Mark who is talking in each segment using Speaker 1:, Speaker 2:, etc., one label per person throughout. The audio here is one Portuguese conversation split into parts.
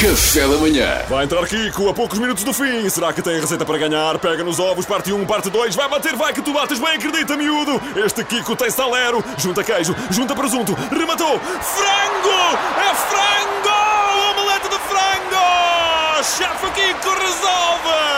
Speaker 1: Café da Manhã.
Speaker 2: Vai entrar Kiko a poucos minutos do fim. Será que tem receita para ganhar? Pega nos ovos, parte 1, parte 2. Vai bater, vai que tu bates bem, acredita, miúdo. Este Kiko tem salero. Junta queijo, junta presunto. Rematou. Frango! É frango! Omelete de frango! Chefe Kiko resolve!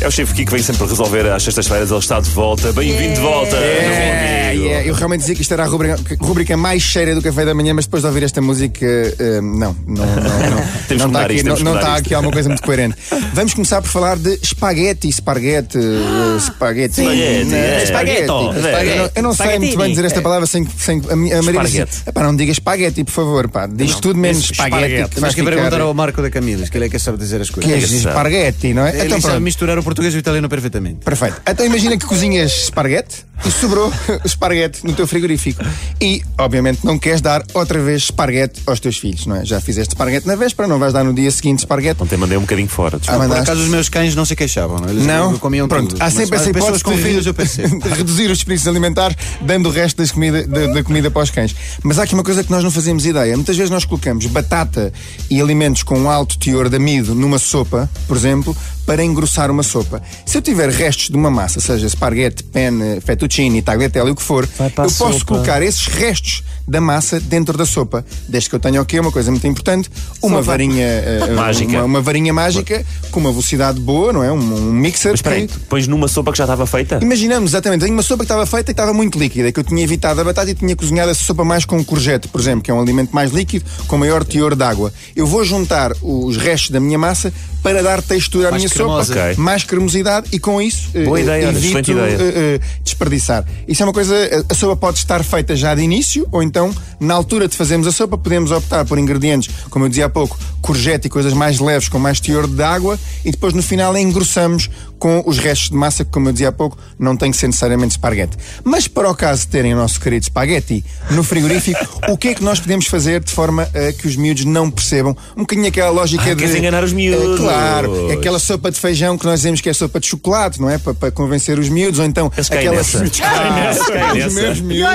Speaker 2: É o chefe Kiko que vem sempre resolver às sextas-feiras. Ele está de volta. Bem-vindo de volta.
Speaker 3: É, é, eu realmente dizia que isto era a rubrica, rubrica mais cheira do café da manhã, mas depois de ouvir esta música, eh, não, não, não, não.
Speaker 2: Temos que mudar
Speaker 3: não está aqui,
Speaker 2: isto, temos
Speaker 3: não,
Speaker 2: que
Speaker 3: não
Speaker 2: mudar
Speaker 3: está
Speaker 2: isto.
Speaker 3: aqui alguma coisa muito coerente. Vamos começar por falar de espaguete, esparguete, eh, espaguete,
Speaker 2: Ah,
Speaker 3: né?
Speaker 2: Espaguete, é. Espagueto.
Speaker 3: Eu não- Eu não sei muito bem dizer esta palavra sem, sem a, minha- a Maria diz assim,
Speaker 4: Esparguete.
Speaker 3: "Epá, não diga espaguete, por favor, pá, diz tudo menos espaguete.
Speaker 4: Mas que
Speaker 3: vai ficar-
Speaker 4: perguntar ao Marco da Camilo, que ele é que sabe dizer as
Speaker 3: que é
Speaker 4: coisas.
Speaker 3: espaguete, não é?
Speaker 4: Ele
Speaker 3: Então,
Speaker 4: sabe
Speaker 3: pronto.
Speaker 4: misturar o português e o italiano perfeitamente.
Speaker 3: Perfeito. Então imagina que cozinhas esparguete e sobrou esparguete no teu frigorífico. E, obviamente, não queres dar outra vez esparguete aos teus filhos, não é? Já fizeste esparguete na véspera, não vais dar no dia seguinte esparguete.
Speaker 2: Ontem mandei um bocadinho fora.
Speaker 3: Ah,
Speaker 4: Por
Speaker 3: mandaste.
Speaker 4: acaso os meus cães não se queixavam, não? é? Eles
Speaker 3: Não?
Speaker 4: comiam
Speaker 3: Pronto,
Speaker 4: tudo.
Speaker 3: há
Speaker 4: um Mas
Speaker 3: sempre
Speaker 4: as
Speaker 3: essa
Speaker 4: pessoas
Speaker 3: hipótese
Speaker 4: com
Speaker 3: de-
Speaker 4: filhos, eu percebo.
Speaker 3: de reduzir os desperdícios alimentares, dando o resto das comida, da, da comida para os cães. Mas há aqui uma coisa que nós não fazemos ideia. Muitas vezes nós colocamos batata e alimentos com um alto teor de amido numa sopa, por exemplo, para engrossar uma sopa. Se eu tiver restos de uma massa, seja esparguete, penne, fettuccine, tagliatelle, o que for, eu
Speaker 5: para a
Speaker 3: posso
Speaker 5: sopa.
Speaker 3: colocar esses restos da massa dentro da sopa. Desde que eu tenha o quê? Uma coisa muito importante, uma varinha eh, eh,
Speaker 2: Mágica.
Speaker 3: Uma, uma varinha mágica com uma velocidade boa, não é? Um, um mixer.
Speaker 2: Mas espera aí,
Speaker 3: que-
Speaker 2: pões numa sopa que já estava feita?
Speaker 3: Imaginamos, exatamente, tenho uma sopa que estava feita que estava muito líquida, é que eu tinha evitado a batata e tinha cozinhado essa sopa mais com courgette, por exemplo, que é um alimento mais líquido, com maior teor de água. Eu vou juntar os restos da minha massa para dar textura à
Speaker 4: Mais
Speaker 3: minha
Speaker 4: cremosa.
Speaker 3: sopa,
Speaker 2: Ok.
Speaker 3: mais cremosidade e com isso eh,
Speaker 2: Boa ideia,
Speaker 3: eh,
Speaker 2: olha,
Speaker 3: evito
Speaker 2: excelente ideia.
Speaker 3: eh, eh, desperdiçar. Isso é uma coisa, eh, a sopa pode estar feita já de início, ou então, na altura de fazermos a sopa, podemos optar por ingredientes, como eu dizia há pouco, courgette e coisas mais leves, com mais teor de água, e depois no final engrossamos com os restos de massa, que como eu dizia há pouco, não tem que ser necessariamente espaguete. Mas para o caso de terem o nosso querido espaguete no frigorífico, o que é que nós podemos fazer de forma a que os miúdos não percebam? Um bocadinho aquela lógica
Speaker 2: Ah,
Speaker 3: de...
Speaker 2: queres enganar os miúdos.
Speaker 3: Eh, Claro, é aquela sopa de feijão que nós dizemos que é sopa de chocolate, não é? Para, para convencer os miúdos, ou então
Speaker 2: Eles caem
Speaker 3: aquela.
Speaker 2: nessa. Caem nessa, caem
Speaker 3: Os
Speaker 2: nessa.
Speaker 3: meus miúdos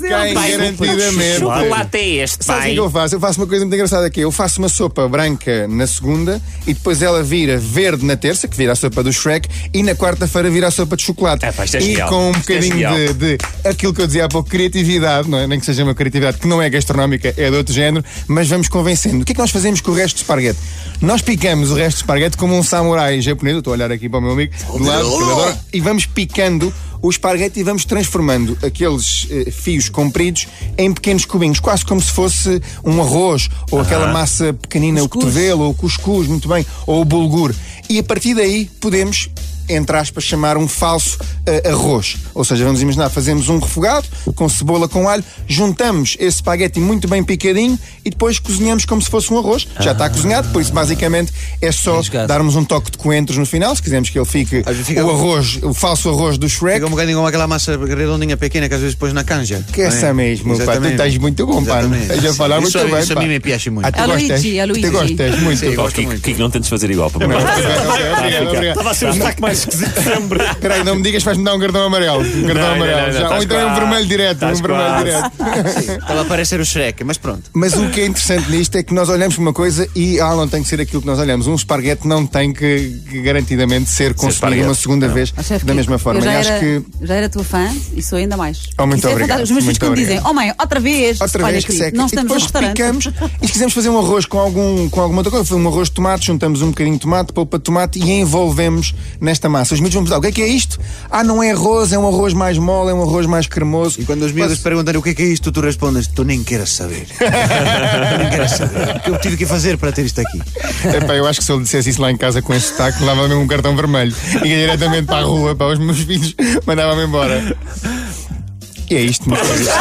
Speaker 3: caem garantidamente.
Speaker 2: é este,
Speaker 3: Sabe o que é que eu faço? Eu faço uma coisa muito engraçada aqui. Eu faço uma sopa branca na segunda e depois ela vira verde na terça, que vira a sopa do Shrek, e na quarta-feira vira a sopa de chocolate.
Speaker 2: É, pá, isto é
Speaker 3: e
Speaker 2: genial.
Speaker 3: com um
Speaker 2: Isto é
Speaker 3: bocadinho
Speaker 2: genial.
Speaker 3: de, de aquilo que eu dizia há pouco, criatividade, não é? nem que seja uma criatividade que não é gastronómica, é de outro género, mas vamos convencendo. O que é que nós fazemos com o resto de esparguete? Nós picamos o resto de esparguete como um samurai japonês, eu estou a olhar aqui para o meu amigo, do lado, que eu adoro, e vamos picando o esparguete e vamos transformando aqueles eh, fios compridos em pequenos cubinhos, quase como se fosse um arroz ou aquela massa pequenina, o cotovelo, ou o cuscuz, muito bem, ou o bulgur. E a partir daí podemos entre aspas, chamar um falso eh, arroz. Ou seja, vamos imaginar, fazemos um refogado com cebola, com alho, juntamos esse espaguete muito bem picadinho e depois cozinhamos como se fosse um arroz. Já está cozinhado, por isso basicamente é só
Speaker 4: jogado.
Speaker 3: darmos um toque de coentros no final, se quisermos que ele fique
Speaker 4: Às vezes fica- um
Speaker 3: o arroz, o falso arroz do Shrek.
Speaker 4: Fica um bocadinho como aquela massa redondinha pequena que às vezes pões na canja.
Speaker 3: Que é essa mesmo, pá. Tu estás muito bom, pá. Estás a falar muito bem,
Speaker 4: Isso a
Speaker 3: pá.
Speaker 4: mim me piace muito.
Speaker 3: Ah, tu
Speaker 5: A
Speaker 3: gostas?
Speaker 5: Luigi, a Luigi.
Speaker 3: Tu gostas muito.
Speaker 4: Sim,
Speaker 3: Obrigado,
Speaker 4: gosto
Speaker 2: Kiko,
Speaker 4: muito.
Speaker 2: Kiko, não tentes fazer igual para mim.
Speaker 3: obrigado, obrigado.
Speaker 2: É a ser o destaque mais esquisito sempre.
Speaker 3: Espera aí, não me digas que vais-me dar um cartão amarelo. Um cartão
Speaker 2: Não, não,
Speaker 3: amarelo.
Speaker 2: não, não,
Speaker 3: já.
Speaker 2: estás
Speaker 3: Ou então é um
Speaker 2: quase.
Speaker 3: vermelho direto.
Speaker 2: Estás
Speaker 3: Um vermelho
Speaker 2: quase.
Speaker 3: direto.
Speaker 4: Ela aparecer o Shrek, mas pronto.
Speaker 3: Mas o que é interessante nisto é que nós olhamos para uma coisa e ah, não tem que ser aquilo que nós olhamos. Um esparguete não tem que, que garantidamente ser consumido
Speaker 2: esparguete.
Speaker 3: uma segunda vez
Speaker 5: Ó, chefe
Speaker 3: da
Speaker 5: Kiko,
Speaker 3: mesma forma.
Speaker 5: é Eu
Speaker 3: E
Speaker 5: já,
Speaker 3: acho
Speaker 5: era,
Speaker 3: que.
Speaker 5: já era tua fã e sou ainda mais.
Speaker 3: Oh, muito
Speaker 5: Isso é
Speaker 3: obrigado,
Speaker 5: fantástico. Os meus filhos
Speaker 3: muito
Speaker 5: quando
Speaker 3: obrigado.
Speaker 5: dizem, oh mãe, outra vez.
Speaker 3: Outra
Speaker 5: Olha,
Speaker 3: vez que
Speaker 5: querido,
Speaker 3: seca.
Speaker 5: Não
Speaker 3: e
Speaker 5: estamos no
Speaker 3: depois
Speaker 5: um restaurante.
Speaker 3: picamos e se quisermos fazer um arroz com, algum, com alguma outra coisa, foi um arroz de tomate, juntamos um bocadinho de tomate, polpa de tomate e envolvemos nesta massa. Os miúdos vão perguntar: o que é que é isto? Ah, não é arroz, é um arroz mais mole, é um arroz mais cremoso.
Speaker 4: E quando os miúdos perguntarem o que é, que é isto, tu respondes: Tu nem queres saber. tu nem queres saber. O que eu tive que fazer para ter isto aqui?
Speaker 3: Epá, eu acho que se ele dissesse isso lá em casa com esse sotaque, levava mesmo um cartão vermelho. E ia diretamente para a rua, para os meus filhos, mandava-me embora. E é isto, meus queridos.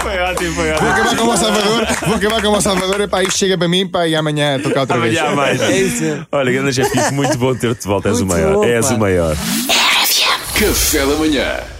Speaker 2: Foi ótimo, foi
Speaker 3: Vou
Speaker 2: ótimo.
Speaker 3: acabar com o meu Salvador, vou acacar com o meu Salvador, epá, isto chega para mim, pá, e amanhã estou cá outra vez.
Speaker 2: Amanhã há mais.
Speaker 4: É isso.
Speaker 2: Olha, grande chefe, Kiko, muito bom ter-te de volta. És o
Speaker 4: Muito
Speaker 2: maior.
Speaker 4: bom,
Speaker 2: És
Speaker 4: pá.
Speaker 2: o maior.
Speaker 1: Café da Manhã.